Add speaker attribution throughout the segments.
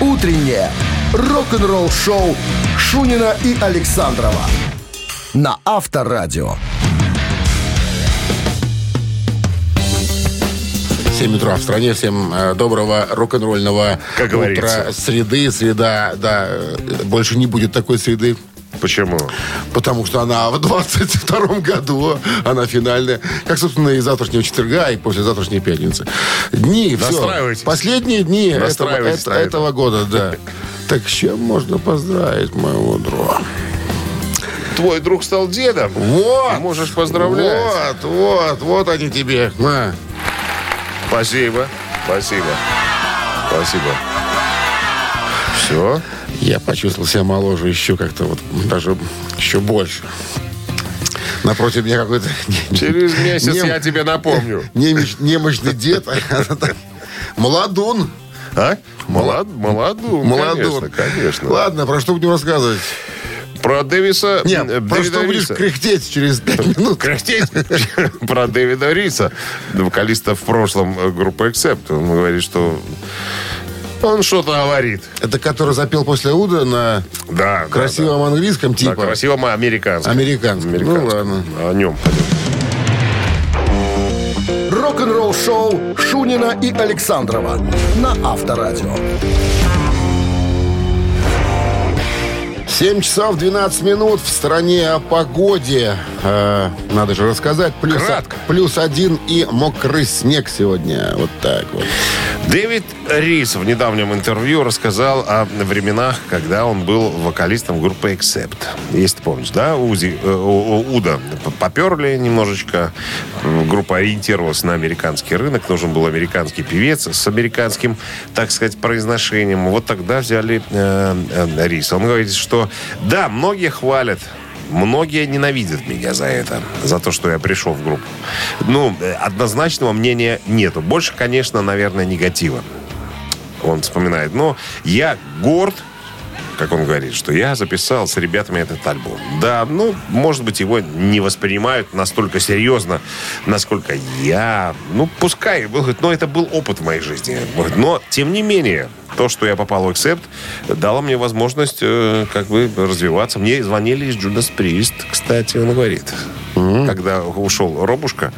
Speaker 1: Утреннее рок-н-ролл-шоу Шунина и Александрова на Авторадио.
Speaker 2: 7 утра в стране. Всем э, доброго рок-н-ролльного
Speaker 3: Как
Speaker 2: утра.
Speaker 3: говорится.
Speaker 2: Среды, среда, да, э, больше не будет такой среды.
Speaker 3: Почему?
Speaker 2: Потому что она в 22 году, она финальная. Как, собственно, и завтрашнего четверга, и послезавтрашней пятницы. Дни, всё.
Speaker 3: Настраивайтесь.
Speaker 2: Последние дни этого,
Speaker 3: Настраивайтесь
Speaker 2: это-
Speaker 3: на это.
Speaker 2: этого года, да. Так с чем можно поздравить моего друга?
Speaker 3: Твой друг стал дедом.
Speaker 2: Вот!
Speaker 3: Можешь поздравлять.
Speaker 2: Вот, вот, вот они тебе. На.
Speaker 3: Спасибо. Спасибо. Спасибо. Все.
Speaker 2: Я почувствовал себя моложе еще как-то, вот даже еще больше. Напротив меня какой-то... не-
Speaker 3: Через месяц
Speaker 2: нем-
Speaker 3: я тебе напомню.
Speaker 2: немощ- немощный дед. Молодун.
Speaker 3: А? Молод, молодун.
Speaker 2: Молодун.
Speaker 3: Конечно, конечно.
Speaker 2: Ладно, про что будем рассказывать?
Speaker 3: Про Дэвиса...
Speaker 2: Нет,
Speaker 3: э,
Speaker 2: про
Speaker 3: Дэвида
Speaker 2: что будешь
Speaker 3: Риса.
Speaker 2: кряхтеть через пять минут?
Speaker 3: Кряхтеть. Про Дэвида Риса, вокалиста в прошлом э, группы Accept. Он говорит, что он что-то говорит.
Speaker 2: Это который запел после Уда на
Speaker 3: Да. да, да.
Speaker 2: красивом английском,
Speaker 3: Да,
Speaker 2: типа.
Speaker 3: красивом американском.
Speaker 2: Американском. Ну
Speaker 3: Американском.
Speaker 2: ладно.
Speaker 3: О нем.
Speaker 1: Рок-н-ролл-шоу Шунина и Александрова на Авторадио.
Speaker 2: 7 часов 12 минут в стране о погоде. Э, надо же рассказать. Плюс,
Speaker 3: Кратко.
Speaker 2: плюс один и мокрый снег сегодня. Вот так вот.
Speaker 3: Дэвид Рис в недавнем интервью рассказал о временах, когда он был вокалистом группы Accept. Если ты помнишь, да, Узи, э, у- у- Уда п- поперли немножечко. М, Группа ориентировалась на американский рынок. Нужен был американский певец с американским, так сказать, произношением. Вот тогда взяли э, э, Риса. Он говорит, что да, многие хвалят Многие ненавидят меня за это, за то, что я пришел в группу. Ну, э, однозначного мнения нету. Больше, конечно, наверное, негатива. Он вспоминает. Но я горд, как он говорит, что я записал с ребятами этот альбом. Да, ну, может быть, его не воспринимают настолько серьезно, насколько я. Ну, пускай. Он говорит, Но это был опыт в моей жизни. Он говорит, Но, тем не менее, то, что я попал в Accept, дало мне возможность э, как бы развиваться. Мне звонили из Judas Priest, кстати, он говорит. Когда ушел Робушка,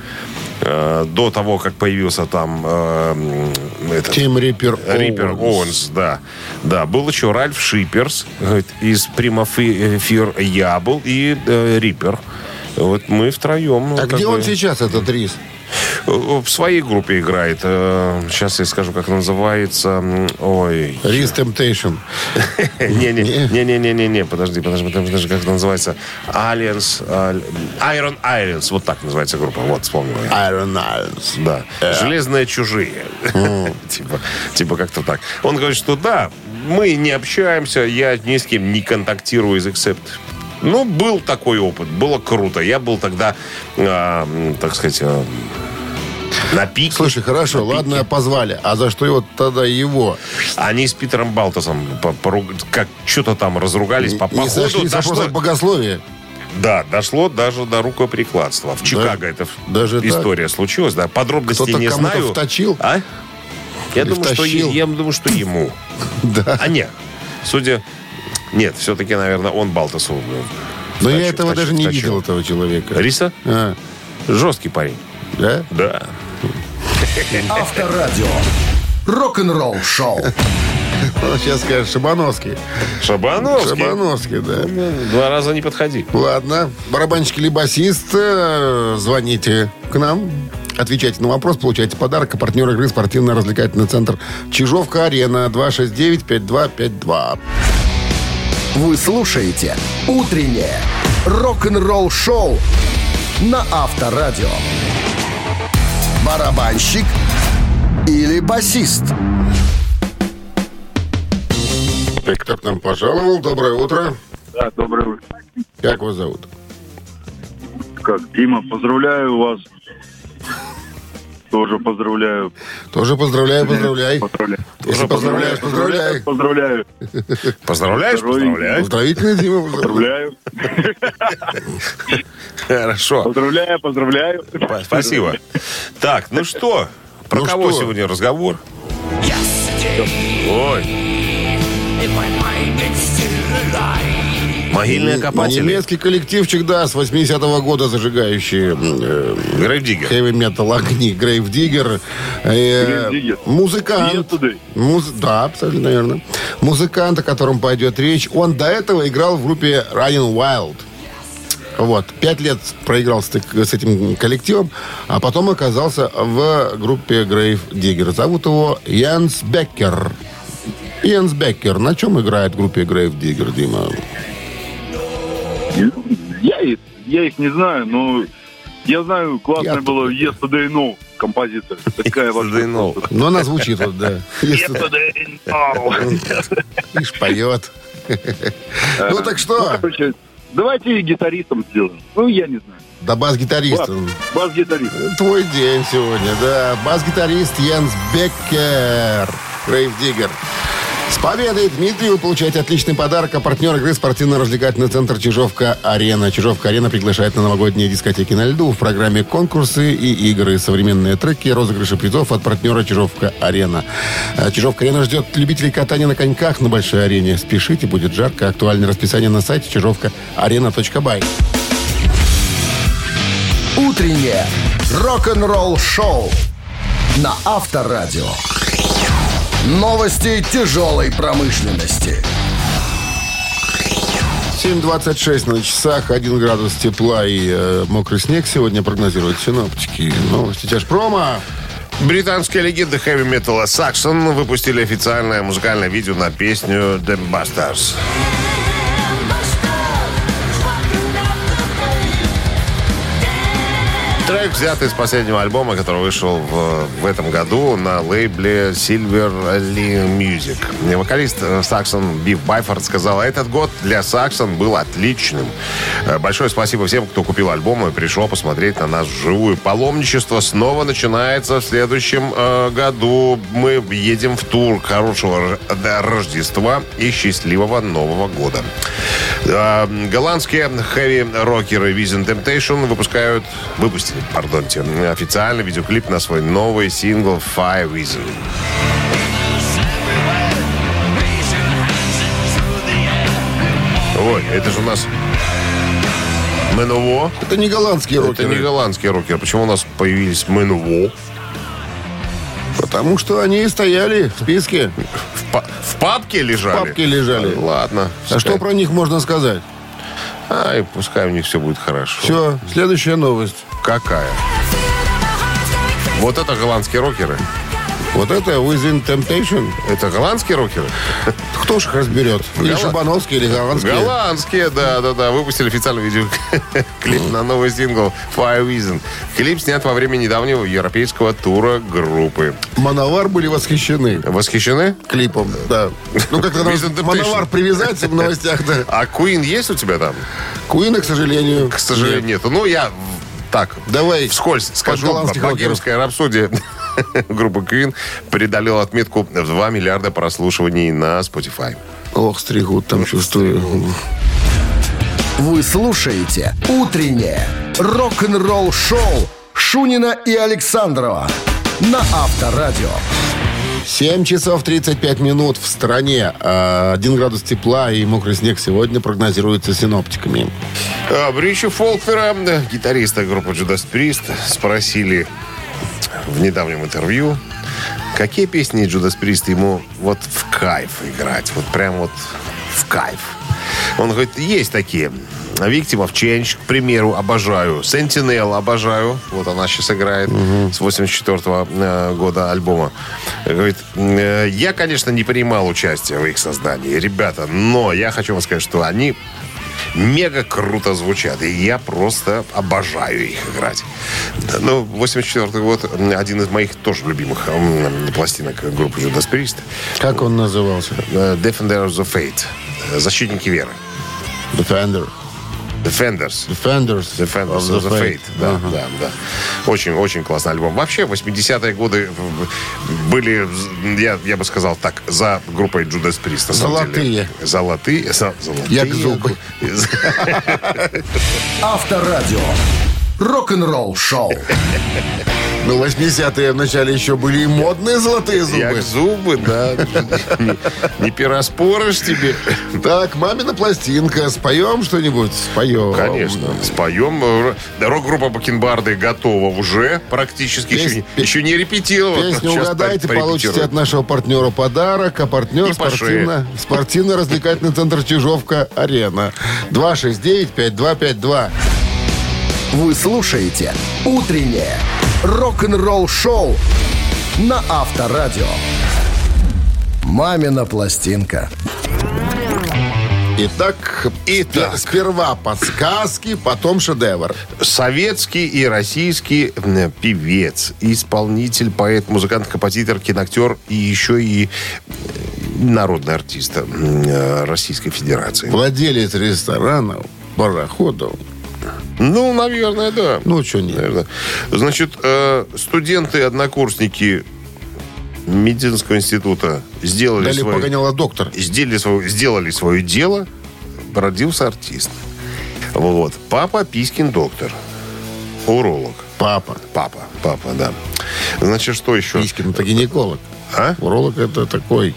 Speaker 3: э, до того, как появился там э, м, этот,
Speaker 2: Тим Риппер
Speaker 3: Риппер Оуэнс, да. Да, был еще Ральф Шиперс говорит, из Примафир я был и э, Риппер. Вот мы ну, втроем.
Speaker 2: А где он сейчас, этот рис?
Speaker 3: э, В своей группе играет. Сейчас я скажу, как называется. М, Ой.
Speaker 2: Рис Темптейшн.
Speaker 3: Не-не-не-не-не-не, подожди, подожди, подожди, подожди, как это называется? Aliens, аль- Iron Aliens, вот так называется группа, вот, вспомнил я.
Speaker 2: Iron Irons.
Speaker 3: Да.
Speaker 2: Э.
Speaker 3: Железные чужие. Типа типа как-то так. Он говорит, что да, мы не общаемся, я ни с кем не контактирую из Accept. Ну, был такой опыт, было круто. Я был тогда, а, м, так сказать, а, на пике.
Speaker 2: Слушай, хорошо, ладно, позвали. А за что его тогда его?
Speaker 3: Они с Питером Балтасом по- поруг- как что-то там разругались. По,
Speaker 2: Не
Speaker 3: походу
Speaker 2: сошли с
Speaker 3: дошло-
Speaker 2: вопросом богословия?
Speaker 3: Да, дошло даже до рукоприкладства. В Чикаго это
Speaker 2: даже так?
Speaker 3: история случилась, да. Подробностей
Speaker 2: Кто-то
Speaker 3: не
Speaker 2: кому-то
Speaker 3: знаю.
Speaker 2: вточил?
Speaker 3: А? Я
Speaker 2: Или
Speaker 3: думаю, что
Speaker 2: втащил?
Speaker 3: е- я думаю, что ему.
Speaker 2: Да.
Speaker 3: А нет, судя... Нет, все-таки, наверное, он Балтасу.
Speaker 2: Но я
Speaker 3: вточил,
Speaker 2: этого даже
Speaker 3: вточил,
Speaker 2: не
Speaker 3: вточил.
Speaker 2: видел, этого человека.
Speaker 3: Риса?
Speaker 2: А,
Speaker 3: Жесткий парень.
Speaker 2: да?
Speaker 3: Да.
Speaker 1: Авторадио. Рок-н-ролл-шоу.
Speaker 2: Он сейчас скажет Ну, Шабановский.
Speaker 3: Шабановский.
Speaker 2: Шабановский, да.
Speaker 3: Два раза не подходи.
Speaker 2: Ладно, барабанщик или басист, э, звоните к нам, отвечайте на вопрос, получайте подарок. А партнер игры спортивно-развлекательный центр «Чижовка-арена» 269-5252.
Speaker 1: Вы слушаете «Утреннее рок-н-ролл-шоу» на Авторадио. Барабанщик или басист?
Speaker 2: Кто к нам пожаловал? Доброе утро.
Speaker 4: Да, доброе утро.
Speaker 2: Как вас зовут?
Speaker 4: Как, Дима, поздравляю вас. Тоже поздравляю.
Speaker 2: Тоже поздравляю, поздравляй.
Speaker 4: Поздравляю.
Speaker 2: Если поздравляешь, поздравляй.
Speaker 4: Поздравляю.
Speaker 3: Поздравляешь?
Speaker 4: Здоровенький.
Speaker 3: Поздравляю.
Speaker 2: Поздравительный, Дима, поздравляю.
Speaker 4: Поздравляю.
Speaker 3: Хорошо.
Speaker 4: Поздравляю, поздравляю.
Speaker 3: Па- Спасибо. Так, ну что? Про
Speaker 2: Ну
Speaker 3: кого
Speaker 2: что?
Speaker 3: сегодня разговор? Ой, Могильные копатели.
Speaker 2: Немецкий коллективчик, да, с 80-го года зажигающий э,
Speaker 3: Грейвдиггер.
Speaker 2: Хэви метал огни, Грейв Диггер.
Speaker 4: Grave Digger.
Speaker 2: Музыкант.
Speaker 4: Yesterday.
Speaker 2: Муз- Да, абсолютно верно. Музыкант, о котором пойдет речь. Он до этого играл в группе Running Wild. Вот. Пять лет проиграл с, так- с этим коллективом, а потом оказался в группе Грейв Диггер. Зовут его Янс Беккер. Янс Беккер. На чем играет в группе Грейв Диггер, Дима?
Speaker 4: Я их, я их не знаю, но я знаю, классная
Speaker 2: Я-
Speaker 4: была Yesterday No композиция. Такая вообще.
Speaker 3: Ну,
Speaker 2: Но она звучит вот, да. Если-
Speaker 4: Yesterday No.
Speaker 2: Ишь, поет. Ну так
Speaker 4: Ну,
Speaker 2: что,
Speaker 4: короче, давайте гитаристом сделаем. Ну, я не знаю.
Speaker 2: да бас-гитарист. он.
Speaker 4: Бас-гитарист.
Speaker 2: Твой день сегодня, да. Бас-гитарист Янс Беккер. Грейв Диггер. С победой, Дмитрий, вы получаете отличный подарок. А партнер игры спортивно-развлекательный центр «Чижовка-Арена». «Чижовка-Арена» приглашает на новогодние дискотеки на льду. В программе конкурсы и игры, современные треки, розыгрыши призов от партнера «Чижовка-Арена». А «Чижовка-Арена» ждет любителей катания на коньках на большой арене. Спешите, будет жарко. Актуальное расписание на сайте «Чижовка-Арена.бай».
Speaker 1: Утреннее рок-н-ролл-шоу на Авторадио. Новости тяжелой промышленности.
Speaker 2: 7.26 на часах, 1 градус тепла и э, мокрый снег сегодня прогнозируют синоптики. Новости тяжпрома.
Speaker 3: британские легенды хэви-металла Саксон выпустили официальное музыкальное видео на песню The Bastards. Трек взят из последнего альбома, который вышел в, в этом году на лейбле Silver Lee Music. И Вокалист э, Саксон Биф Байфорд сказал, этот год для Саксон был отличным. Э, Большое спасибо всем, кто купил альбом и пришел посмотреть на нас вживую. Паломничество снова начинается в следующем э, году. Мы едем в тур хорошего Р- да, Рождества и счастливого Нового года. Э, Голландские хэви-рокеры Vision Temptation выпускают, выпустили, пардонте, официальный видеоклип на свой новый сингл Fire Reason. Ой, это же у нас Мэнуво.
Speaker 2: Это не голландские
Speaker 3: Это
Speaker 2: рокеры.
Speaker 3: не голландские рокеры. Почему у нас появились Мэнуво?
Speaker 2: Потому что они стояли в списке.
Speaker 3: В, па- в папке лежали?
Speaker 2: В папке лежали.
Speaker 3: Ладно.
Speaker 2: А
Speaker 3: пускай.
Speaker 2: что про них можно сказать?
Speaker 3: Ай, пускай у них все будет хорошо.
Speaker 2: Все, следующая новость.
Speaker 3: Какая? Вот это голландские рокеры.
Speaker 2: Вот это Within Temptation.
Speaker 3: Это голландские рокеры?
Speaker 2: Кто ж их разберет? Или
Speaker 3: Голланд-
Speaker 2: Шабановский, или голландский?
Speaker 3: Голландские, да-да-да. Выпустили официальный видеоклип на новый сингл Fire Reason. Клип снят во время недавнего европейского тура группы.
Speaker 2: Мановар были восхищены
Speaker 3: Восхищены?
Speaker 2: клипом, да. Ну, как-то нам
Speaker 3: Within Temptation.
Speaker 2: Мановар привязать в новостях, да.
Speaker 3: А Queen есть у тебя там?
Speaker 2: Куина, к сожалению.
Speaker 3: К сожалению, нету. Ну, я в- так,
Speaker 2: Давай.
Speaker 3: вскользь скажу,
Speaker 2: голландских
Speaker 3: богемская рапсодия группы Queen преодолела отметку в 2 миллиарда прослушиваний на Spotify.
Speaker 2: Ох, стригут там, чувствую.
Speaker 1: Вы слушаете «Утреннее рок-н-ролл-шоу» Шунина и Александрова на Авторадио.
Speaker 2: 7 часов 35 минут в стране. А, Один градус тепла и мокрый снег сегодня прогнозируется синоптиками.
Speaker 3: А, Бричи Фолкнера, э, гитариста группы Judas Priest, спросили в недавнем интервью, какие песни Judas Priest ему вот в кайф играть, вот прям вот в кайф. Он говорит, есть такие. Victim of Change, к примеру, обожаю. Sentinel обожаю. Вот она сейчас играет с 84 года альбома. Говорит, «Э, я, конечно, не принимал участия в их создании, ребята, но я хочу вам сказать, что они мега круто звучат. И я просто обожаю их играть. Да, Ну, 84 год, м, один из моих тоже любимых м, пластинок группы Judas Priest.
Speaker 2: Как он назывался?
Speaker 3: Э, Defenders of Fate. Э, Защитники веры.
Speaker 2: Defender.
Speaker 3: Defenders.
Speaker 2: Defenders.
Speaker 3: Defenders
Speaker 2: of the Faith.
Speaker 3: Да,
Speaker 2: Ага.
Speaker 3: да, да. Очень, очень классный альбом. Вообще, 80-е годы в- были, з- я, я бы сказал так, за группой Judas Priest. на самом деле. Золотые. за- Золотые.
Speaker 2: Як зубы.
Speaker 1: Авторадио.
Speaker 5: рок-н-ролл шоу.
Speaker 2: Ну, 80-е вначале еще были и модные золотые зубы.
Speaker 3: Як зубы, да. Не- Не переспоришь тебе.
Speaker 2: Так, мамина пластинка. Споем что-нибудь? Споем.
Speaker 3: Конечно. Споем. Да, Рок-группа Бакенбарды готова уже практически. Еще,
Speaker 2: Песня-
Speaker 3: не- еще не репетировала.
Speaker 2: Песню
Speaker 3: Сейчас
Speaker 2: угадайте,
Speaker 3: порепетируем.
Speaker 2: получите от нашего партнера подарок, а партнер
Speaker 3: И по шее.
Speaker 2: спортивно, спортивно-развлекательный центр Чижовка-Арена. 269-5252.
Speaker 5: Вы слушаете «Утреннее рок-н-ролл-шоу» на Авторадио. «Мамина пластинка».
Speaker 2: Итак,
Speaker 3: Итак.
Speaker 2: спе- сперва подсказки, потом шедевр.
Speaker 3: Советский и российский м, певец, исполнитель, поэт, музыкант, композитор, киноактер и еще и э, народный артист м, э, Российской Федерации.
Speaker 2: Владелец ресторанов, пароходов.
Speaker 3: Ну, наверное, да.
Speaker 2: Ну, что нет.
Speaker 3: Наверное. Значит, э, студенты и однокурсники медицинского института сделали
Speaker 2: Дали
Speaker 3: свои-
Speaker 2: погоняла доктор.
Speaker 3: сделали свое, сделали свое дело, родился артист. Вот. Папа Писькин доктор. Уролог.
Speaker 2: Папа.
Speaker 3: Папа. Папа, да. Значит, что еще?
Speaker 2: Писькин, это гинеколог.
Speaker 3: А?
Speaker 2: Уролог это такой.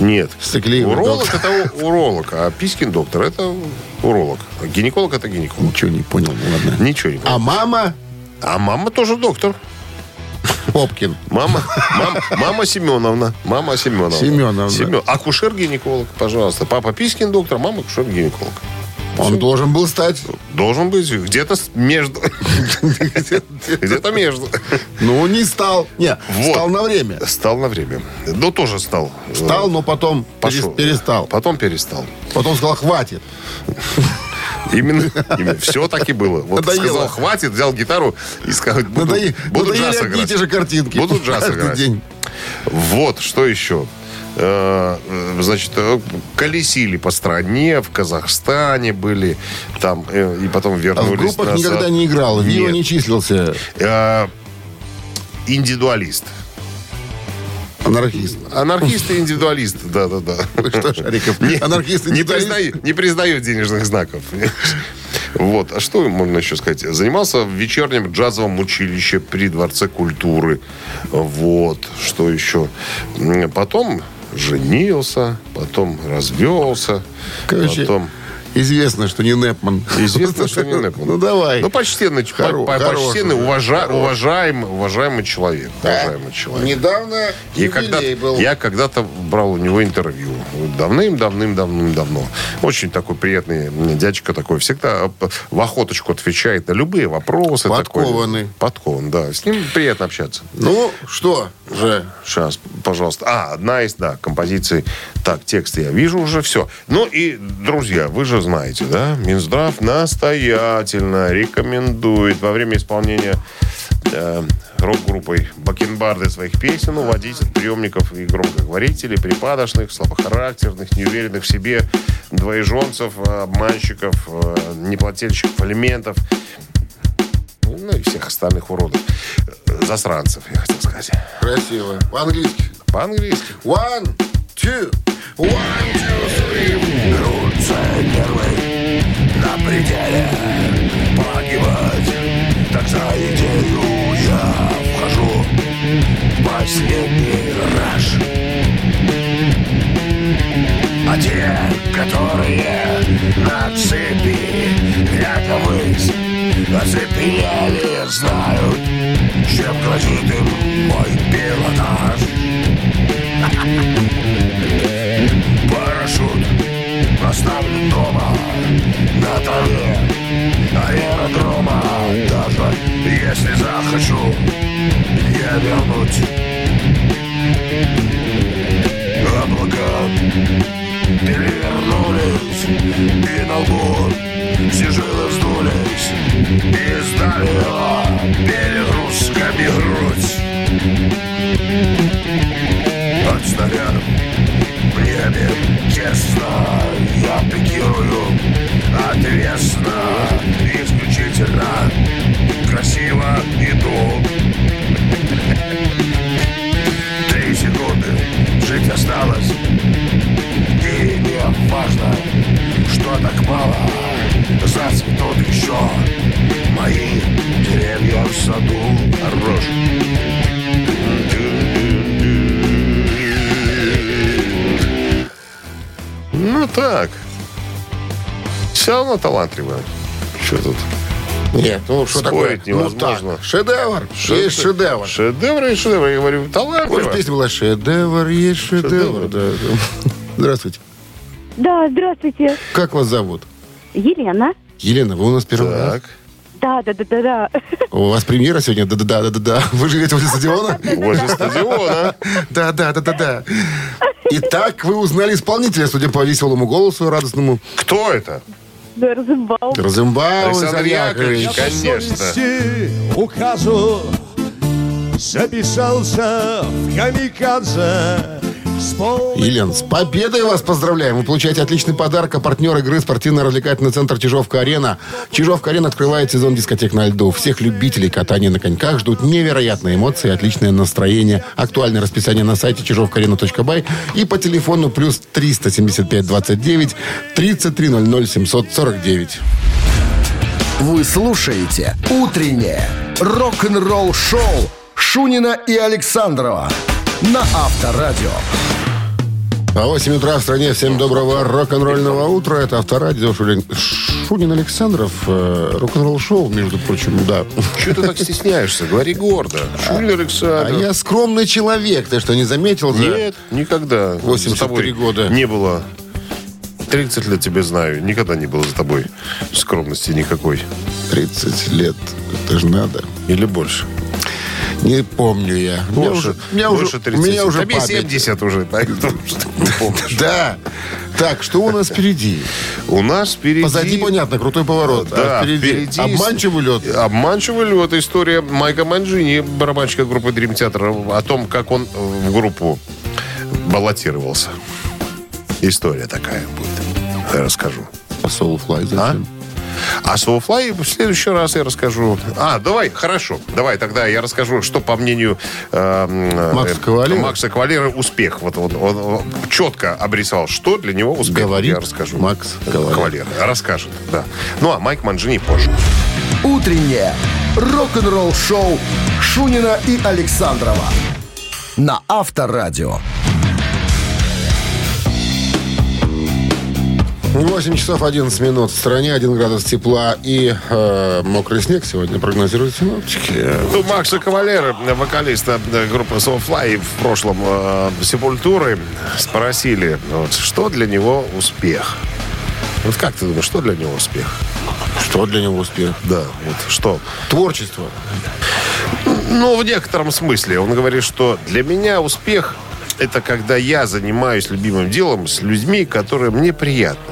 Speaker 3: Нет.
Speaker 2: Стыкливый
Speaker 3: уролог
Speaker 2: доктор.
Speaker 3: это у- уролог, а Писькин доктор это уролог. А Гинеколог это гинеколог.
Speaker 2: Ничего не понял, ну ладно.
Speaker 3: Ничего не
Speaker 2: А
Speaker 3: понимаю.
Speaker 2: мама
Speaker 3: А, мама тоже доктор.
Speaker 2: Попкин.
Speaker 3: Мама, мам- мама Семеновна. Мама Семеновна.
Speaker 2: Семеновна.
Speaker 3: Семен- Акушер-гинеколог, пожалуйста. Папа Писькин доктор, мама акушер-гинеколог.
Speaker 2: Он должен был стать.
Speaker 3: Должен быть где-то с- между. Где-то между.
Speaker 2: Ну, не стал. Не,
Speaker 3: Вот.
Speaker 2: стал на время.
Speaker 3: Стал на время. Ну, тоже стал.
Speaker 2: Стал, но потом
Speaker 3: Пошел.
Speaker 2: перес- перестал.
Speaker 3: Потом перестал.
Speaker 2: Потом сказал, хватит.
Speaker 3: Именно, все так и было. Вот
Speaker 2: Надоело.
Speaker 3: сказал, хватит, взял гитару и сказал, буду,
Speaker 2: Надоели,
Speaker 3: буду
Speaker 2: надоели
Speaker 3: джаз
Speaker 2: одни и
Speaker 3: играть.
Speaker 2: те же картинки.
Speaker 3: Буду джаз
Speaker 2: Каждый
Speaker 3: играть.
Speaker 2: день.
Speaker 3: Вот, что еще? Э, э, Значит, э, колесили по стране, в Казахстане были, там, э, и потом
Speaker 2: А в
Speaker 3: вернулись
Speaker 2: группах
Speaker 3: назад.
Speaker 2: никогда не играл. Вио
Speaker 3: Нет.
Speaker 2: не числился.
Speaker 3: Э, Индивидуалист.
Speaker 2: Анархист.
Speaker 3: Анархист и индивидуалист, да-да-да.
Speaker 2: Что ж, Ариков,
Speaker 3: Не-
Speaker 2: анархист и
Speaker 3: не,
Speaker 2: гитарист.
Speaker 3: признаю, не признаю денежных знаков. понимаешь? Вот. А что можно еще сказать? Занимался в вечернем джазовом училище при Дворце культуры. Вот. Что еще? М, Потом женился, потом развелся.
Speaker 2: Короче,
Speaker 3: потом...
Speaker 2: известно, что не Непман.
Speaker 3: Известно, что не Непман.
Speaker 2: Ну, давай.
Speaker 3: Ну, почтенный, ч-
Speaker 2: Хоро-
Speaker 3: по- по-
Speaker 2: хороший,
Speaker 3: почтенный,
Speaker 2: да,
Speaker 3: уважа- уважаемый, уважаемый человек. Уважаемый человек.
Speaker 2: Недавно
Speaker 3: Я когда,
Speaker 2: юбилей был.
Speaker 3: я когда-то брал у него интервью. Давным-давным-давным-давно. Очень такой приятный дядечка такой. Всегда э, в охоточку отвечает на любые вопросы. такой.
Speaker 2: Подкованный.
Speaker 3: Подкован, да. С ним приятно общаться.
Speaker 2: Ну, что же,
Speaker 3: Сейчас, пожалуйста. А, одна из, да, композиций. Так, текст я вижу уже, все. Ну и, друзья, вы же знаете, да, Минздрав настоятельно рекомендует во время исполнения э, рок-группой Бакенбарды своих песен уводить от приемников и громкоговорителей, припадочных, слабохарактерных, неуверенных в себе, двоеженцев, э, обманщиков, э, неплательщиков алиментов, ну и всех остальных уродов. Э, Засранцев, я хотел сказать.
Speaker 2: красиво. По-английски.
Speaker 3: По-английски.
Speaker 2: One, two, one, two, three. А
Speaker 1: осталось. И не важно, что так мало.
Speaker 6: Зацветут еще мои деревья в саду
Speaker 3: Хорош. Ну так. Все равно талантливая. Что тут?
Speaker 2: Нет, ну что такое?
Speaker 3: Спорить
Speaker 2: Ну
Speaker 3: невозможно.
Speaker 2: так, шедевр. Есть
Speaker 3: ты?
Speaker 2: шедевр.
Speaker 3: Шедевр и шедевр. Я говорю,
Speaker 2: Помнишь,
Speaker 3: талантливо.
Speaker 2: песня была «Шедевр, есть шедевр».
Speaker 3: Шедевр.
Speaker 2: да, да. Здравствуйте.
Speaker 7: Да, здравствуйте.
Speaker 2: Как вас зовут?
Speaker 7: Елена.
Speaker 2: Елена, вы у нас первый раз.
Speaker 3: Так.
Speaker 7: Да, да, да, да, да.
Speaker 2: У вас премьера сегодня? Да-да-да-да-да. Вы живете возле стадиона?
Speaker 3: Возле стадиона.
Speaker 2: Да-да-да-да-да. Итак, вы узнали исполнителя, судя по веселому голосу радостному.
Speaker 3: Кто это?
Speaker 7: Да, Розенбаум.
Speaker 2: Розенбаум
Speaker 3: Александр Яковлевич, конечно.
Speaker 8: совести ухажу Записался в камикадзе Вспомнил
Speaker 2: Елена, с победой вас поздравляем! Вы получаете отличный подарок, а партнер игры спортивно-развлекательный центр «Чижовка-арена». «Чижовка-арена» открывает сезон дискотек на льду. Всех любителей катания на коньках ждут невероятные эмоции, и отличное настроение. Актуальное расписание на сайте чижовкаарена.бай и по телефону плюс 375 29 3300 749.
Speaker 1: Вы слушаете «Утреннее рок-н-ролл-шоу» Шунина и Александрова на Авторадио.
Speaker 2: А 8 утра в стране. Всем доброго рок-н-ролльного утра. Это авторадио Шулин... Шунин Александров. э, Рок-н-ролл шоу, между прочим, да.
Speaker 3: Чего ты так стесняешься? Говори гордо.
Speaker 2: А
Speaker 3: Шунин Александр.
Speaker 2: я скромный человек, ты что, не заметил? да?
Speaker 3: Нет, никогда.
Speaker 2: 83
Speaker 3: За тобой
Speaker 2: года.
Speaker 3: Не было. 30 лет тебе знаю. Никогда не было за тобой скромности никакой.
Speaker 2: 30 лет, это же надо.
Speaker 3: Или больше.
Speaker 2: Не помню я. У меня
Speaker 3: Больше,
Speaker 2: уже- у меня
Speaker 3: больше
Speaker 2: уже,
Speaker 3: 30.
Speaker 2: у меня уже
Speaker 3: Тебе
Speaker 2: память.
Speaker 3: 70 уже, поэтому что ты не помнишь.
Speaker 2: Да. Так, что у нас впереди?
Speaker 3: У нас впереди...
Speaker 2: Позади, понятно, крутой поворот.
Speaker 3: Да,
Speaker 2: а впереди,
Speaker 3: впереди-
Speaker 2: обманчивый лед.
Speaker 3: Обманчивый лед. История Майка Манджини, барабанщика группы Dream Theater, о том, как он э, в группу баллотировался. История такая будет. Я расскажу.
Speaker 2: Soulfly зачем?
Speaker 3: А Soulfly в следующий раз я расскажу. А, давай, хорошо. Давай тогда я расскажу, что, по мнению э, м, э,
Speaker 2: Макса Кавалера?
Speaker 3: Макса Кавалера, успех. Вот он, он, он четко обрисовал, что для него успех.
Speaker 2: Говорит
Speaker 3: я расскажу.
Speaker 2: Макс Кавалера.
Speaker 3: Расскажет, да. Ну, а Майк Манджини позже.
Speaker 1: «Утреннее рок-н-ролл-шоу» Шунина и Александрова на Авторадио.
Speaker 2: 8 часов 11 минут. В стране 1 градус тепла и э, мокрый снег сегодня прогнозируют синоптики.
Speaker 3: Ну, Макса Кавалера, вокалиста э, группы Soulfly в прошлом э, Сепультуры спросили, ну, вот, что для него успех. Вот как ты думаешь, что для него успех?
Speaker 2: Что для него успех?
Speaker 3: Да, вот что?
Speaker 2: Творчество.
Speaker 3: Ну, в некотором смысле. Он говорит, что для меня успех – это когда я занимаюсь любимым делом с людьми, которые мне приятны.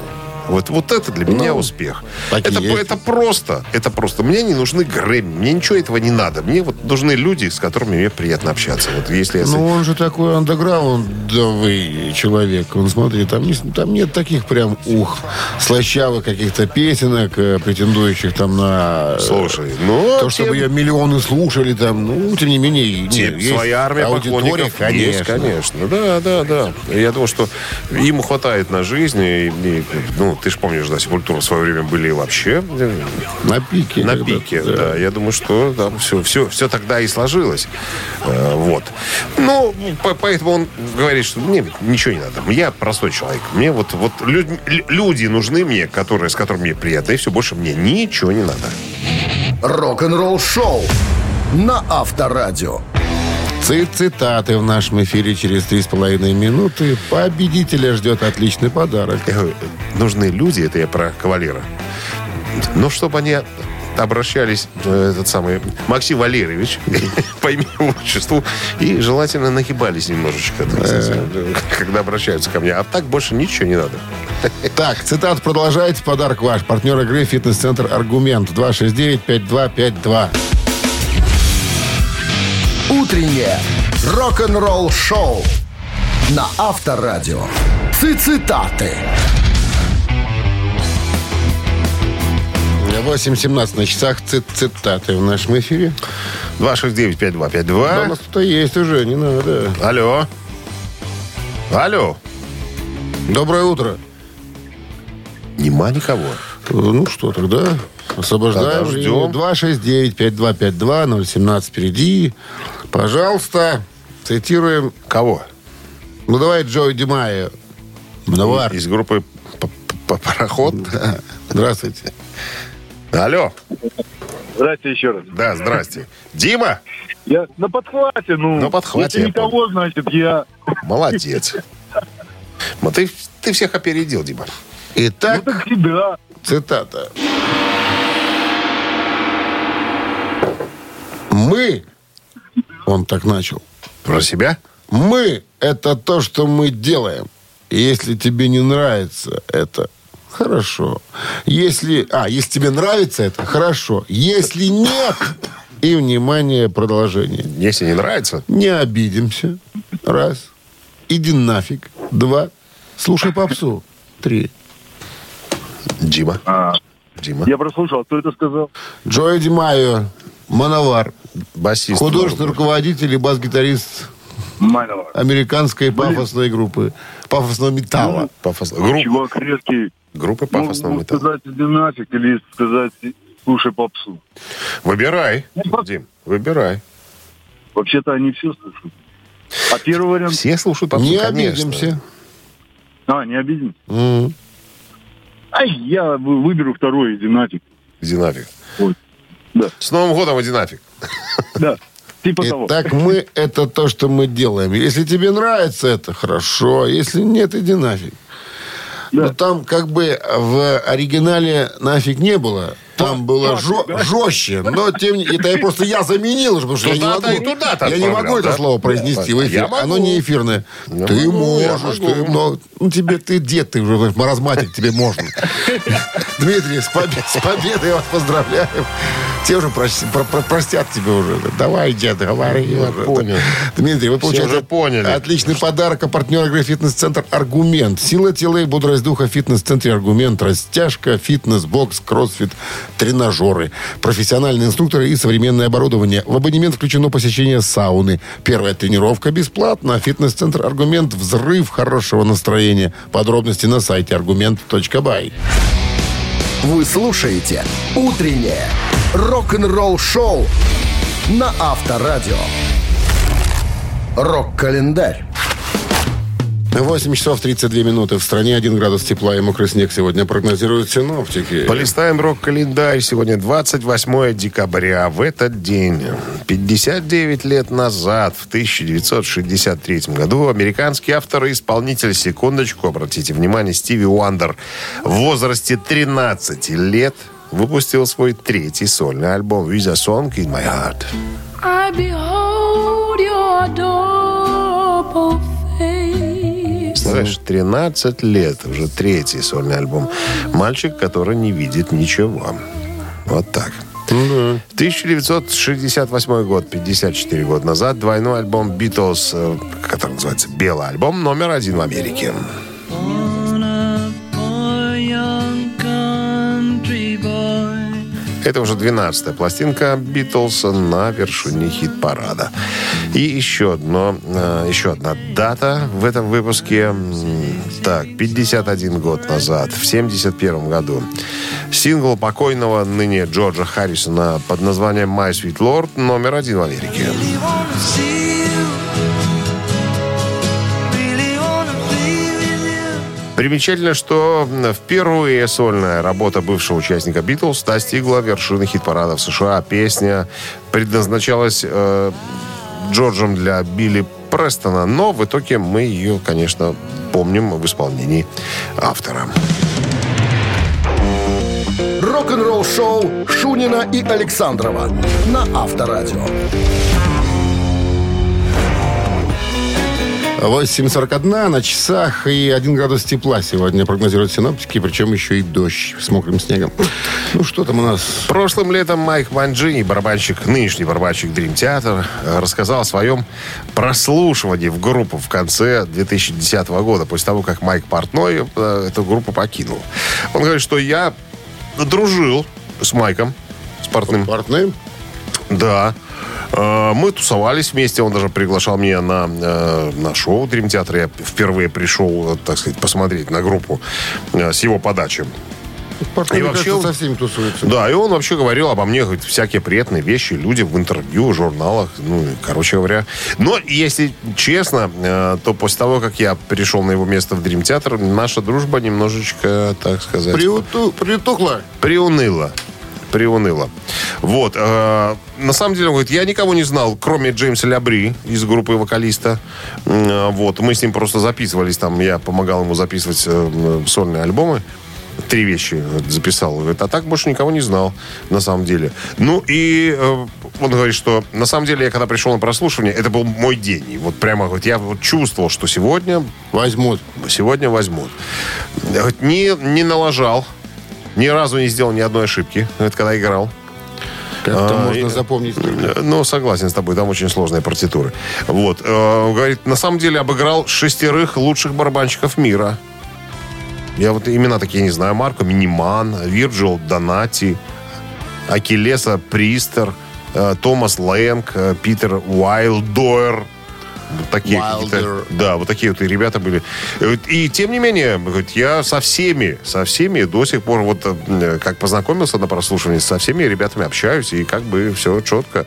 Speaker 3: Вот, вот это для меня успех.
Speaker 2: Ну, так и
Speaker 3: Это,
Speaker 2: есть.
Speaker 3: это просто. Это просто. Мне не нужны Грэмми. Мне ничего этого не надо. Мне вот нужны люди, с которыми мне приятно общаться. Вот если я с
Speaker 2: Ну, он же такой андеграундовый человек. Он, смотри, там, не- там нет таких прям, ух, слащавых каких-то песенок, э, претендующих там на... э,
Speaker 3: Слушай, ну,
Speaker 2: То, чтобы
Speaker 3: тем-
Speaker 2: ее миллионы слушали там, ну, тем не менее,
Speaker 3: Нет,
Speaker 2: нет, есть
Speaker 3: своя армия
Speaker 2: аудитория,
Speaker 3: поклонников есть, конечно. Да, да, да. Я думаю, что им хватает на жизнь. и- и, ну, ты же помнишь, да, Сепультура в свое время были вообще э,
Speaker 2: На пике.
Speaker 3: на
Speaker 2: когда-то,
Speaker 3: пике. Да. я думаю, что там все, все, все тогда и сложилось. Э, вот. Ну, по- поэтому он говорит, что мне ничего не надо. Я простой человек. Мне вот, вот людь- лю- люди нужны мне, которые, с которыми мне приятно, и все больше мне ничего не надо.
Speaker 1: Рок-н-ролл-шоу на Авторадио.
Speaker 2: Ци- Цитаты в нашем эфире через три с половиной минуты. Победителя ждет отличный подарок.
Speaker 3: Я говорю, Э, нужны люди, это я про кавалера. Но чтобы они обращались, э, этот самый Максим Валерьевич, по имени и отчеству, и желательно нагибались немножечко, так сказать, э, когда обращаются ко мне. А так больше ничего не надо.
Speaker 2: Так, цитат продолжайте. Подарок ваш. Партнер игры «Фитнес-центр Аргумент». 269-5252.
Speaker 1: «Утреннее рок-н-ролл-шоу» на Авторадио. Цитаты.
Speaker 2: 8.17 на часах цит- цитаты в нашем эфире. Да, у
Speaker 3: 269-5252.
Speaker 2: нас кто есть уже, не надо.
Speaker 3: Алло. Алло.
Speaker 2: Доброе утро.
Speaker 3: Нема никого.
Speaker 2: Э, Ну что, тогда освобождаем.
Speaker 3: Тогда ждем.
Speaker 2: 269-5252-017 впереди. Пожалуйста, цитируем.
Speaker 3: Кого?
Speaker 2: Ну давай Джой Димая. Мновар.
Speaker 3: Из группы П- П- Пароход.
Speaker 2: Здравствуйте.
Speaker 3: Алло.
Speaker 4: Здрасте еще раз.
Speaker 3: Да, здрасте. Дима,
Speaker 4: Я на подхвате, ну.
Speaker 3: На подхвате, я
Speaker 4: Если никого, значит, я...
Speaker 3: молодец. Ну, Ты, ты всех опередил, Дима.
Speaker 2: Итак,
Speaker 4: Так всегда.
Speaker 2: цитата. Мы, он так начал,
Speaker 3: Про себя?
Speaker 2: мы – это то, что мы делаем. И Если тебе не нравится это, хорошо. Если, а, если тебе нравится это, хорошо. Если нет, и, внимание, продолжение.
Speaker 3: Если не нравится,
Speaker 2: Не обидимся. Раз. Иди нафиг. Два. Слушай попсу. Три.
Speaker 3: Дима.
Speaker 4: А,
Speaker 3: Дима.
Speaker 4: я прослушал, кто это сказал?
Speaker 2: Джоэ Димайо. Мановар.
Speaker 3: Басист.
Speaker 2: Художественный
Speaker 3: может быть.
Speaker 2: руководитель и бас-гитарист
Speaker 4: Манова.
Speaker 2: американской пафосной группы. Пафосного металла.
Speaker 3: Пафос- Групп-
Speaker 4: Чувак резкий.
Speaker 3: Группы пафосного
Speaker 4: Ну,
Speaker 3: металла.
Speaker 4: сказать иди нафиг или сказать слушай попсу.
Speaker 3: Выбирай,
Speaker 4: Ну,
Speaker 3: Дим, выбирай.
Speaker 4: Вообще-то они все слушают. А первый вариант...
Speaker 3: Все слушают попсу,
Speaker 2: Не
Speaker 3: конечно.
Speaker 2: обидимся.
Speaker 4: А, не обидим.
Speaker 2: М.
Speaker 4: Ай, я вы- выберу второй, иди нафиг.
Speaker 3: Иди нафиг.
Speaker 4: Ой. Да.
Speaker 3: С Новым годом, иди нафиг.
Speaker 4: Да, типа
Speaker 3: Ну,
Speaker 4: того.
Speaker 2: Итак, мы – это то, что мы делаем. Если тебе нравится это, хорошо. Если нет, иди нафиг.
Speaker 4: Да.
Speaker 2: Но там как бы в оригинале нафиг не было. Там было жё- жестче. Но тем не Это я просто я заменил, потому что я не
Speaker 3: Туда-то
Speaker 2: могу,
Speaker 3: и туда-то
Speaker 2: я не
Speaker 3: отправлял,
Speaker 2: могу это
Speaker 3: да?
Speaker 2: слово произнести
Speaker 3: Да.
Speaker 2: в эфир.
Speaker 3: Я могу.
Speaker 2: Оно не эфирное.
Speaker 3: Я
Speaker 2: ты
Speaker 3: могу, я
Speaker 2: можешь,
Speaker 3: могу.
Speaker 2: ты много. Ну, тебе ты дед, ты уже маразматик, тебе можно. Дмитрий, с, побе- с победой вас поздравляю. Те уже прощ- про- про- простят тебе уже. Давай, дед, говори.
Speaker 3: Я
Speaker 2: уже.
Speaker 3: понял.
Speaker 2: Дмитрий, вы получаете
Speaker 3: уже поняли.
Speaker 2: отличный подарок от партнера игры «Фитнес-центр Аргумент». Сила тела и бодрость духа в «Фитнес-центре Аргумент». Растяжка, фитнес, бокс, кроссфит, тренажеры. Профессиональные инструкторы и современное оборудование. В абонемент включено посещение сауны. Первая тренировка бесплатна. а «Фитнес-центр Аргумент» – взрыв хорошего настроения. Подробности на сайте аргумент.бай.
Speaker 1: Вы слушаете «Утреннее рок-н-ролл-шоу» на Авторадио. Рок-календарь.
Speaker 2: 8 часов 32 минуты. В стране 1 градус тепла и мокрый снег сегодня прогнозируют синоптики.
Speaker 3: Полистаем рок-календарь. Сегодня 28 декабря. А В этот день, 59 лет назад, в 1963 году, американский автор и исполнитель, секундочку, обратите внимание, Стиви Уандер, в возрасте 13 лет выпустил свой третий сольный альбом «With a Song in My Heart».
Speaker 9: I behold your adorable face.
Speaker 3: Знаешь, 13 лет, уже третий сольный альбом. Мальчик, который не видит ничего. Вот так. 1968 год, 54 года назад, двойной альбом Битлз, э, который называется «Белый альбом», номер один в Америке. Это уже 12-я пластинка Битлса на вершине хит-парада. И еще, одно, э, еще одна дата в этом выпуске. М, Так, 51 год назад, в 71 году. Сингл покойного ныне Джорджа Харрисона под названием «My Sweet Lord» номер один в Америке. Примечательно, что впервые сольная работа бывшего участника Битлз достигла вершины хит-парада в США. Песня предназначалась э, Джорджем для Билли Престона, но в итоге мы ее, конечно, помним в исполнении автора.
Speaker 1: Рок-н-ролл-шоу Шунина и Александрова на Авторадио.
Speaker 2: 8.41 на часах и 1 градус тепла сегодня прогнозируют синоптики, причем еще и дождь с мокрым снегом. Ну, что там у нас?
Speaker 3: Прошлым летом Майк Манджини, барабанщик, нынешний барабанщик Dream Theater, э, рассказал о своем прослушивании в группу в конце 2010 года, после того, как Майк Портной э, эту группу покинул. Он говорит, что я дружил с Майком, с Портным.
Speaker 2: Портным?
Speaker 3: Да. Э, Мы тусовались вместе, он даже приглашал меня на, э, на шоу Dream Theater. Я впервые пришел, э, так сказать, посмотреть на группу э, с его подачи.
Speaker 2: Партнер,
Speaker 3: И
Speaker 2: мне
Speaker 3: вообще
Speaker 2: кажется,
Speaker 3: он-
Speaker 2: со всеми тусуется.
Speaker 3: Да, и он вообще говорил обо мне говорит, всякие приятные вещи, люди в интервью, журналах, ну, и, короче говоря. Но, если честно, э, то после того, как я перешел на его место в Дрим Театр, наша дружба немножечко, так сказать,
Speaker 2: Приуту- Притухло.
Speaker 3: приуныла. Приуныла. Вот. э, на самом деле, он говорит, я никого не знал, кроме Джеймса Лябри из группы вокалиста. М, э, Вот. Мы с ним просто записывались там. Я помогал ему записывать э, м, сольные альбомы. Три вещи э, записал. Говорит, а так больше никого не знал, на самом деле. Ну и э, он говорит, что на самом деле я когда пришел на прослушивание, это был мой день. И вот прямо вот я вот чувствовал, что сегодня
Speaker 2: Возьмут.
Speaker 3: сегодня возьмут. Я говорит, не, не налажал, ни разу не сделал ни одной ошибки, говорит, когда играл.
Speaker 2: Как-то
Speaker 3: А,
Speaker 2: можно
Speaker 3: и-
Speaker 2: запомнить.
Speaker 3: Э, Ну, согласен с тобой, там очень сложные партитуры. Вот. э, Говорит, на самом деле обыграл шестерых лучших барабанщиков мира. Я вот имена такие не знаю. Марко Миниман, Вирджил Донати, Акилеса Пристер, э, Томас Лэнг, э, Питер Уайлдойер. Вот такие
Speaker 2: Уайлдер.
Speaker 3: какие-то- да, вот такие вот и ребята были. И вот- И тем не менее, говорит, я со всеми, со всеми до сих пор, вот э, как познакомился на прослушивании, со всеми ребятами общаюсь, и как бы все четко.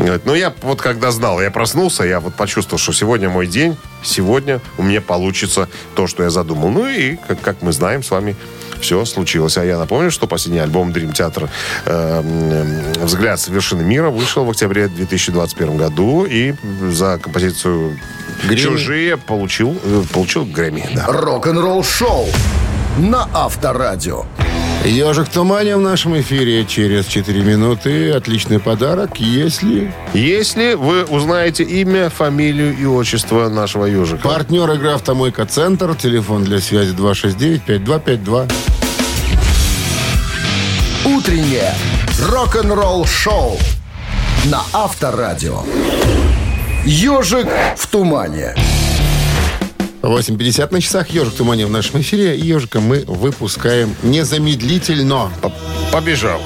Speaker 3: Говорит, Но я вот когда знал, я проснулся, я вот почувствовал, что сегодня мой день, сегодня у меня получится то, что я задумал. Ну и, как, как мы знаем с вами, все случилось. А я напомню, что последний альбом Dream Theater э, м, «Взгляд с вершины мира» вышел в октябре 2021 году и за композицию
Speaker 2: Грэмми.
Speaker 3: «Чужие» получил, э, получил Грэмми. да.
Speaker 1: Рок-н-ролл шоу на Авторадио.
Speaker 2: Ежик в тумане в нашем эфире через 4 минуты. Отличный подарок, если
Speaker 3: Если вы узнаете имя, фамилию и отчество нашего ежика.
Speaker 2: партнер игры «Автомойка Центр». Телефон для связи 269-5252.
Speaker 1: Утреннее рок-н-ролл шоу на Авторадио. Ежик в тумане.
Speaker 2: 8.50 на часах. Ежик в тумане в нашем эфире. И ежика мы выпускаем незамедлительно.
Speaker 3: П- Побежал.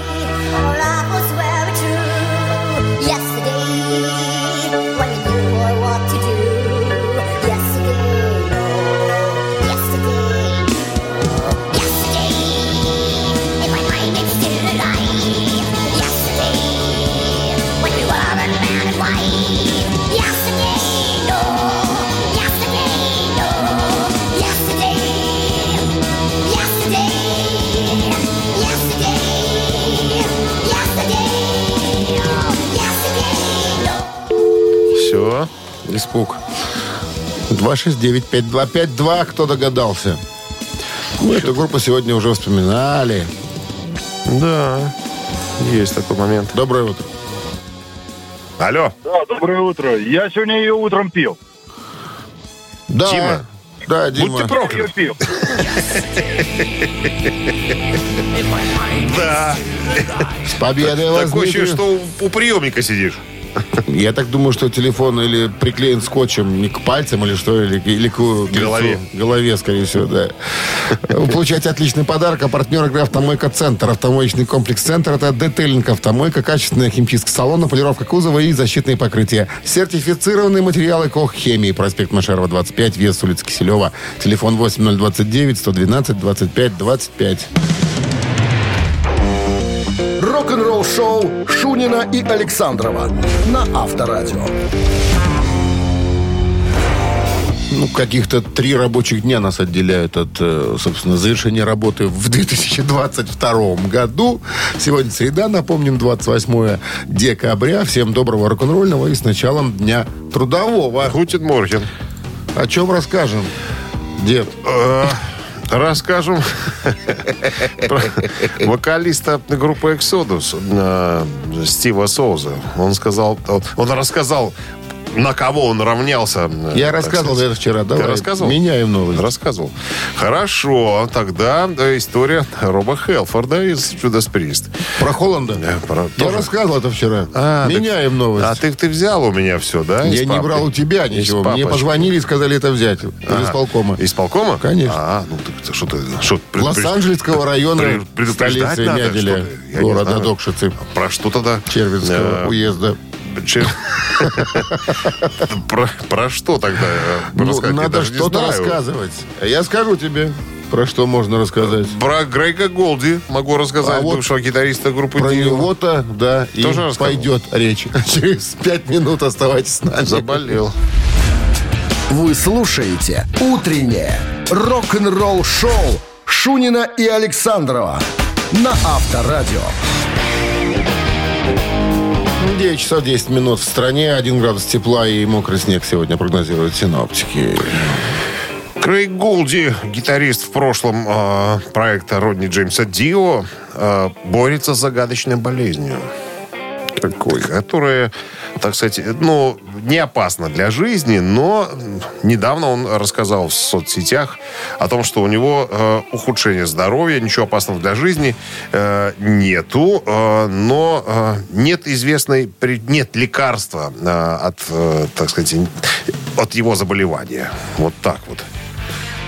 Speaker 3: Все.
Speaker 2: Испуг. 269-5252. Кто догадался? Мы эту группу сегодня уже вспоминали.
Speaker 3: Да. Есть такой момент.
Speaker 2: Доброе утро.
Speaker 3: Алло.
Speaker 4: Да, доброе утро. Я сегодня ее утром пил.
Speaker 2: Да.
Speaker 3: Дима.
Speaker 2: Да, Дима.
Speaker 3: Будь ты проклят.
Speaker 4: Я пил.
Speaker 3: Да.
Speaker 2: С победой вас,
Speaker 3: Такое ощущение,
Speaker 2: Дмитрий.
Speaker 3: что у- у приемника сидишь.
Speaker 2: Я так думаю, что телефон или приклеен скотчем не к пальцам или что, или, или к, к
Speaker 3: голове.
Speaker 2: лицу. К голове, скорее всего, да. Вы получаете отличный подарок. А партнер игры «Автомойка Центр». Автомоечный комплекс «Центр» — это детейлинг «Автомойка», качественная химчистка салона, полировка кузова и защитные покрытия. Сертифицированные материалы «Кох-хемии». Проспект Машерова, 25, вес улица Киселева. Телефон 8029-112-25-25.
Speaker 1: Рок-н-ролл шоу Шунина и Александрова на Авторадио.
Speaker 2: Ну, каких-то три рабочих дня нас отделяют от, э, собственно, завершения работы в 2022 году. Сегодня среда, напомним, 28 декабря. Всем доброго рок-н-ролльного и с началом дня трудового.
Speaker 3: Гутит Морхен.
Speaker 2: О чем расскажем, дед?
Speaker 3: Э, Расскажем про вокалиста группы Exodus э, Стива Соуза. Он сказал, он- он рассказал, на кого он равнялся. э,
Speaker 2: Я
Speaker 3: так
Speaker 2: рассказывал
Speaker 3: сказать.
Speaker 2: это вчера,
Speaker 3: Ты
Speaker 2: давай.
Speaker 3: рассказывал?
Speaker 2: Меняем новость.
Speaker 3: Рассказывал. Хорошо, тогда э, история Роба Хелфорда из Judas Priest.
Speaker 2: Про Холланда?
Speaker 3: Э, про-
Speaker 2: Я
Speaker 3: тоже.
Speaker 2: рассказывал это вчера.
Speaker 3: А, так-
Speaker 2: Меняем новость.
Speaker 3: А ты, ты взял у меня все, да? из
Speaker 2: Я не
Speaker 3: папки?
Speaker 2: брал у тебя
Speaker 3: Из
Speaker 2: ничего. Мне
Speaker 3: папочки.
Speaker 2: позвонили и сказали это взять.
Speaker 3: А,
Speaker 2: Из полкома.
Speaker 3: Исполкома?
Speaker 2: Конечно.
Speaker 3: А, ну так что ты... Что, ты предупрежд-
Speaker 2: Лос-Анджелесского района
Speaker 3: пред- предупреждать
Speaker 2: столицы
Speaker 3: надо,
Speaker 2: Мяделя,
Speaker 3: что-то? Я не
Speaker 2: города
Speaker 3: знаю.
Speaker 2: Докшицы,
Speaker 3: Про что тогда?
Speaker 2: Червинского
Speaker 3: Э,
Speaker 2: уезда.
Speaker 3: чер- Про- Про что тогда? э,
Speaker 2: Ну,
Speaker 3: рассказать? Я
Speaker 2: надо
Speaker 3: Ну, даже не
Speaker 2: что-то
Speaker 3: знаю.
Speaker 2: рассказывать. Я скажу тебе. Про что можно рассказать?
Speaker 3: Про Грейга Голди могу рассказать,
Speaker 2: А вот
Speaker 3: бывшего гитариста группы
Speaker 2: Про
Speaker 3: Dio.
Speaker 2: него-то, да, и
Speaker 3: Тоже рассказал?
Speaker 2: пойдет речь. Через пять минут оставайтесь с нами.
Speaker 3: Заболел.
Speaker 1: Вы слушаете «Утреннее рок-н-ролл-шоу» Шунина и Александрова на Авторадио.
Speaker 2: 9 часов 10 минут в стране, 1 градус тепла и мокрый снег сегодня прогнозируют синоптики.
Speaker 3: Крейг Голди, гитарист в прошлом э, проекта Родни Джеймса Дио, э, борется с загадочной болезнью. Какой? Которая, так сказать, ну, не опасна для жизни, но недавно он рассказал в соцсетях о том, что у него э, ухудшение здоровья, ничего опасного для жизни э, нету, э, но э, нет известной, при- нет лекарства э, от, э, так сказать, от его заболевания. Вот так вот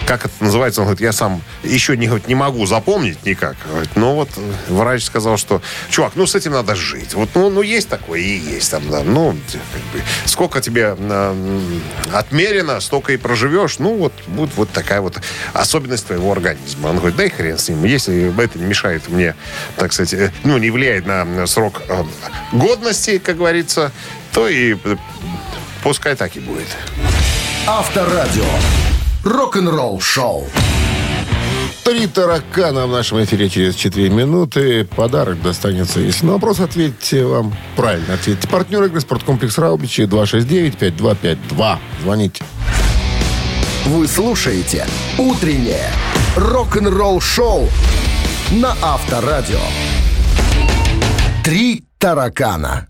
Speaker 3: как это называется, он говорит, я сам еще не, говорит, не могу запомнить никак. Говорит, но вот э, врач сказал, что, чувак, ну с этим надо жить. Вот, ну, ну есть такое и есть там, да. Ну, т- как бы, сколько тебе э, отмерено, столько и проживешь. Ну, вот будет вот такая вот особенность твоего организма. Он говорит, да и хрен с ним. Если это не мешает мне, так сказать, э, ну, не влияет на э, срок э, годности, как говорится, то и э, пускай так и будет.
Speaker 1: Авторадио. Рок-н-ролл-шоу.
Speaker 2: Три таракана в нашем эфире через 4 минуты. Подарок достанется. Если на вопрос ответьте вам правильно. Ответьте. Партнер игры «Спорткомплекс Раубичи» 269-5252. Звоните.
Speaker 1: Вы слушаете «Утреннее рок-н-ролл-шоу» на Авторадио. «Три таракана».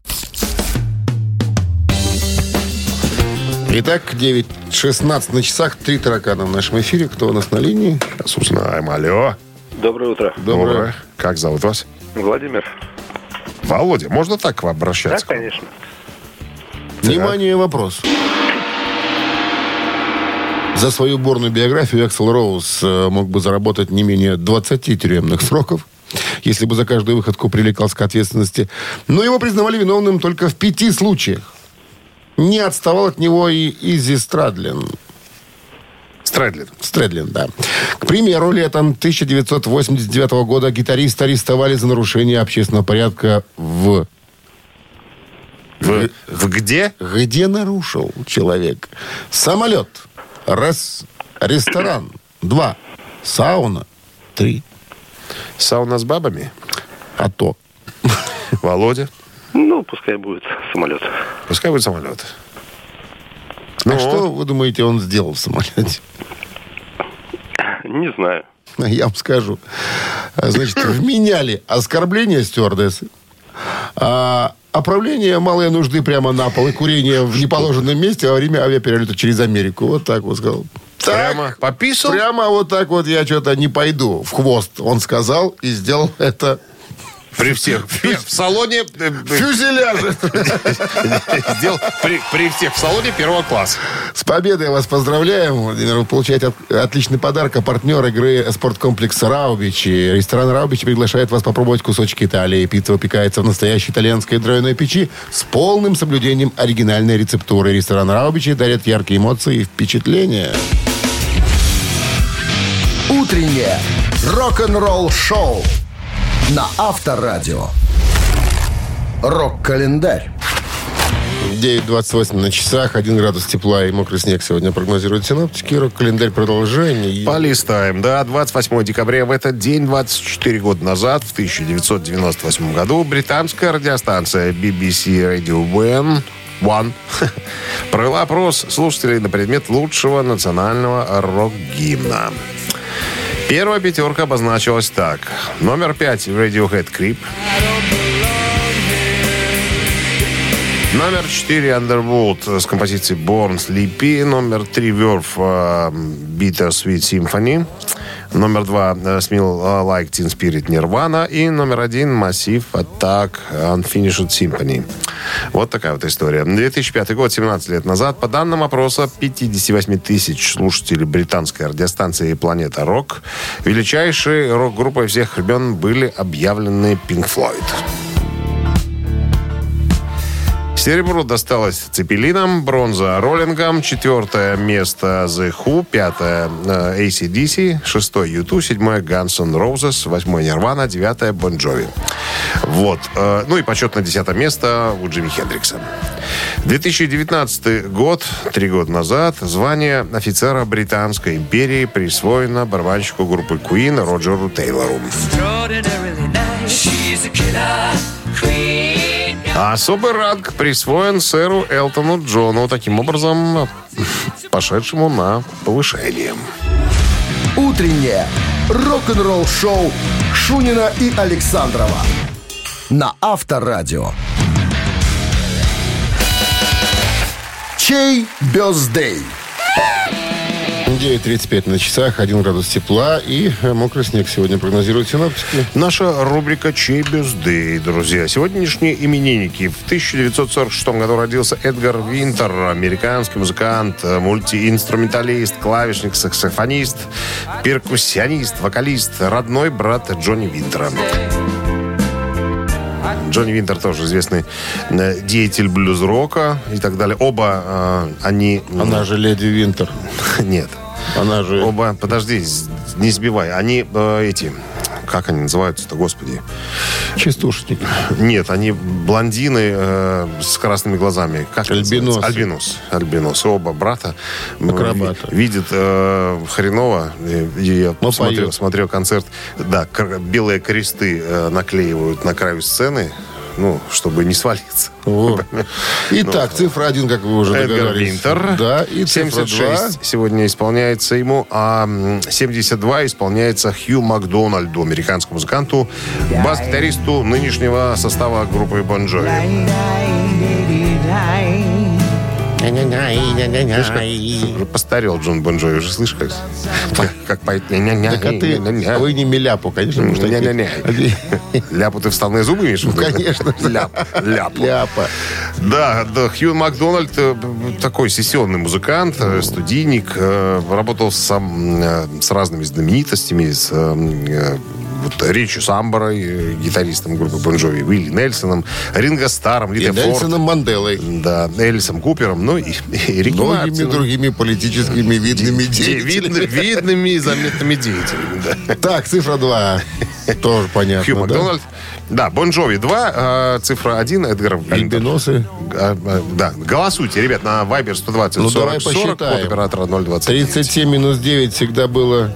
Speaker 2: Итак, 9.16 на часах. Три таракана в нашем эфире. Кто у нас на линии?
Speaker 3: Сейчас узнаем. Алло.
Speaker 10: Доброе утро.
Speaker 3: Доброе. Как зовут вас?
Speaker 10: Владимир.
Speaker 3: Володя, можно так к вам
Speaker 10: Да,
Speaker 3: обращаться?
Speaker 10: конечно.
Speaker 2: Внимание, вопрос. За свою борную биографию Эксел Роуз э, мог бы заработать не менее 20 тюремных сроков, если бы за каждую выходку привлекался к ответственности. Но его признавали виновным только в пяти случаях. Не отставал от него и Изи Страдлин.
Speaker 3: Страйдлин.
Speaker 2: Стрэдлин, да. К примеру, летом 1989 года гитариста арестовали за нарушение общественного порядка в...
Speaker 3: В, в где?
Speaker 2: Где нарушил человек? Самолет. Раз. Ресторан. Два. Сауна. Три.
Speaker 3: Сауна с бабами.
Speaker 2: А то.
Speaker 3: Володя.
Speaker 10: Ну, пускай будет самолет.
Speaker 3: Пускай будет самолет.
Speaker 2: А что, вы думаете, он сделал в самолете?
Speaker 10: Не знаю.
Speaker 2: Я вам скажу. А, Значит, вменяли оскорбление стюардессы, а, оправление малой нужды прямо на пол и курение в неположенном месте во время авиаперелета через Америку. Вот так вот сказал. Так,
Speaker 3: Прямо пописал?
Speaker 2: Прямо вот так вот я что-то не пойду в хвост, он сказал и сделал это
Speaker 3: При всех. При- в салоне... э, э,
Speaker 2: фюзеляже.
Speaker 3: Сделал при, при всех в салоне первого класса.
Speaker 2: С победой вас поздравляем, Владимир. Вы получаете от- отличный подарок. А партнер игры спорткомплекс «Раубичи». Ресторан «Раубичи» приглашает вас попробовать кусочки Италии. Пицца выпекается в настоящей итальянской дровяной печи с полным соблюдением оригинальной рецептуры. Ресторан «Раубичи» дарит яркие эмоции и впечатления.
Speaker 1: «Утреннее рок-н-ролл-шоу» на Авторадио. Рок-календарь.
Speaker 2: 9.28 на часах, 1 градус тепла и мокрый снег сегодня прогнозируют синоптики. Рок-календарь продолжение.
Speaker 3: Полистаем, да. 28 декабря в этот день, 24 года назад, в 1998 году, британская радиостанция BBC Radio One, One провела опрос слушателей на предмет лучшего национального рок-гимна. Первая пятерка обозначилась так. Номер пять Radiohead Creep. Номер 4 Underwood с композицией Born Sleepy. Номер 3 Верф Bitter Sweet Symphony. Номер 2 Smell э, Like Teen Spirit Nirvana. И номер 1 Массив Attack Unfinished Symphony. Вот такая вот история. 2005 год, 17 лет назад, по данным опроса 58 тысяч слушателей британской радиостанции «Планета Рок», величайшей рок-группой всех времен были объявлены Pink Floyd. Серебро досталось Цепелинам, бронза Роллингам, четвертое место The Who, пятое э, ACDC, шестое U2, седьмое Guns N' Roses, восьмое Нирвана, девятое Бон Джови. Вот. Э, Ну и почетное десятое место у Джимми Хендрикса. 2019 год, три года назад, звание офицера Британской империи присвоено барабанщику группы Queen Роджеру Тейлору. А особый ранг присвоен сэру Элтону Джону, таким образом пошедшему на повышение.
Speaker 1: Утреннее рок-н-ролл-шоу Шунина и Александрова на Авторадио. Чей бездей?
Speaker 2: 9.35 на часах, 1 градус тепла и э, мокрый снег сегодня прогнозируют синоптики.
Speaker 3: Наша рубрика «Чей безды», друзья. Сегодняшние именинники. В 1946 году родился Эдгар Винтер, американский музыкант, э, мультиинструменталист, клавишник, саксофонист, перкуссионист, вокалист, родной брат Джонни Винтера. Джонни Винтер тоже известный э, деятель блюз-рока и так далее. Оба э, они... м,
Speaker 2: Она же Леди Винтер.
Speaker 3: Нет.
Speaker 2: Она же...
Speaker 3: Оба, подожди, с- не сбивай. Они э, эти, как они называются-то, господи.
Speaker 2: Частушник.
Speaker 3: Нет, они блондины э, с красными глазами. Как это
Speaker 2: Альбиносы.
Speaker 3: называется? Альбинос. Альбинос. Оба брата м,
Speaker 2: Акробаты.
Speaker 3: ви- видят э, хреново. И- и я
Speaker 2: Но
Speaker 3: смотрел,
Speaker 2: поют.
Speaker 3: смотрел концерт. Да, кр- белые кресты э, наклеивают на краю сцены, ну, чтобы не свалиться.
Speaker 2: Вот. Итак, цифра 1, как вы уже
Speaker 3: Эдгар
Speaker 2: догадались.
Speaker 3: Винтер.
Speaker 2: Да, и цифра
Speaker 3: 76 сегодня исполняется ему, а м, 72 исполняется Хью Макдональду, американскому музыканту, бас-гитаристу нынешнего состава группы Бон Джови. Слышь, как- уже Постарел Джон Бон Джови, уже слышишь, как, как поет. «Ня-ня-ня,
Speaker 2: Так а ты,
Speaker 3: ня-ня-ня».
Speaker 2: вы не миляпу, конечно, потому что...
Speaker 3: Ня-ня-ня. Ляпу ты вставные зубы имеешь? в виду?
Speaker 2: конечно.
Speaker 3: Ляп, ляп.
Speaker 2: Ляпа.
Speaker 3: Да, да, Хью Макдональд э, б- такой сессионный музыкант, э, студийник, э, работал сам э, с разными знаменитостями, с э, э, вот Ричи Самборой, э, гитаристом группы Бон Джови, Уилли Нельсоном, Ринго Старом,
Speaker 2: И
Speaker 3: Литой Форд,
Speaker 2: Нельсоном Манделой.
Speaker 3: да, Элисом Купером, ну и, и Рикки
Speaker 2: Многими
Speaker 3: Мартином.
Speaker 2: другими политическими видными
Speaker 3: Де-
Speaker 2: деятелями.
Speaker 3: видны- Видными и заметными деятелями, да.
Speaker 2: Так, цифра 2. Тоже понятно.
Speaker 3: Хью
Speaker 2: Ну да?
Speaker 3: Макдональд. Да, Бон Джови 2, э, цифра 1, Эдгар Винтер.
Speaker 2: Альбиносы.
Speaker 3: А, а, Да, голосуйте, ребят, на Viber 120
Speaker 2: Ну,
Speaker 3: 40
Speaker 2: давай
Speaker 3: 40, код
Speaker 2: посчитаем.
Speaker 3: оператора 020.
Speaker 2: 37 минус 9 всегда было...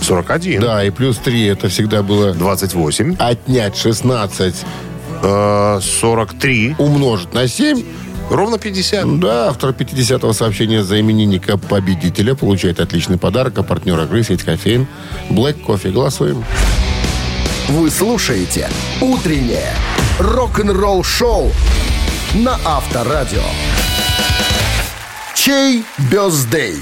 Speaker 3: 41.
Speaker 2: Да, и плюс 3 это всегда было...
Speaker 3: 28.
Speaker 2: Отнять 16
Speaker 3: э, 43.
Speaker 2: умножить на 7.
Speaker 3: Ровно 50.
Speaker 2: Да, автор 50-го сообщения за именинника победителя получает отличный подарок. А партнер игры сеть кофеин. Black кофе. Голосуем.
Speaker 1: Вы слушаете «Утреннее рок-н-ролл-шоу» на Авторадио. Чей бездей?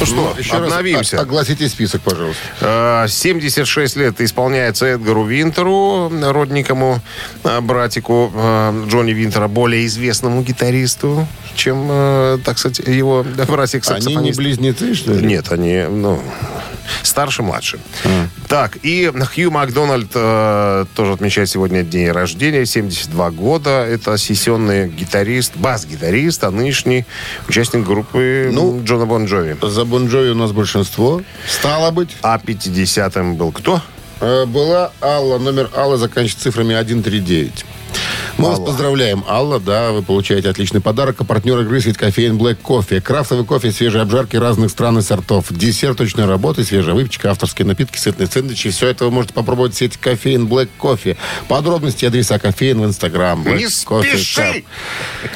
Speaker 3: Ну что,
Speaker 2: Еще раз о-
Speaker 3: обновимся.
Speaker 2: огласите список, пожалуйста.
Speaker 3: Э, 76 лет исполняется Эдгару Винтеру, родникому э, братику э, Джонни Винтера, более известному гитаристу, чем, э, так сказать, его братик-саксофонист.
Speaker 2: Они не близнецы, что ли?
Speaker 3: Нет, они, ну, старше, младше. Так, и Хью Макдональд э, тоже отмечает сегодня день рождения, 72 года. Это сессионный гитарист, бас-гитарист, а нынешний участник группы
Speaker 2: Ну.
Speaker 3: ну, Джона Бон Джови.
Speaker 2: За Бон Джови у нас большинство. Стало быть,
Speaker 3: А 50-м был кто?
Speaker 2: э, была Алла. Номер Аллы заканчивается цифрами 139. Мы вас поздравляем, Алла, да, вы получаете отличный подарок. А партнер игры сеть кофеин Black Кофе. Крафтовый кофе, свежие обжарки разных стран и сортов. Десерточная работа, свежая выпечка, авторские напитки, сытные сэндвичи. Все это вы можете попробовать в сети кофеин Black Кофе. Подробности и адреса кофеин в Инстаграм. Black
Speaker 3: Не
Speaker 2: Coffee
Speaker 3: спеши!
Speaker 2: Cup.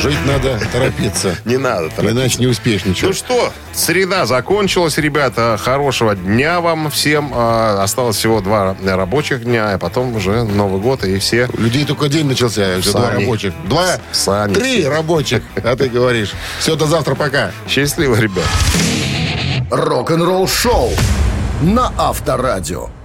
Speaker 2: Жить надо торопиться.
Speaker 3: Не надо. торопиться.
Speaker 2: Иначе не успеешь ничего.
Speaker 3: Ну что, среда закончилась, ребята. Хорошего дня вам всем. А, Осталось всего два рабочих дня, а потом уже Новый год и все
Speaker 2: У людей только день начался. уже Два
Speaker 3: Сани.
Speaker 2: рабочих. Два,
Speaker 3: Сани.
Speaker 2: три рабочих, а ты говоришь. Все, до завтра, пока.
Speaker 3: счастливы, ребята.
Speaker 1: Рок-н-ролл-шоу на Авторадио.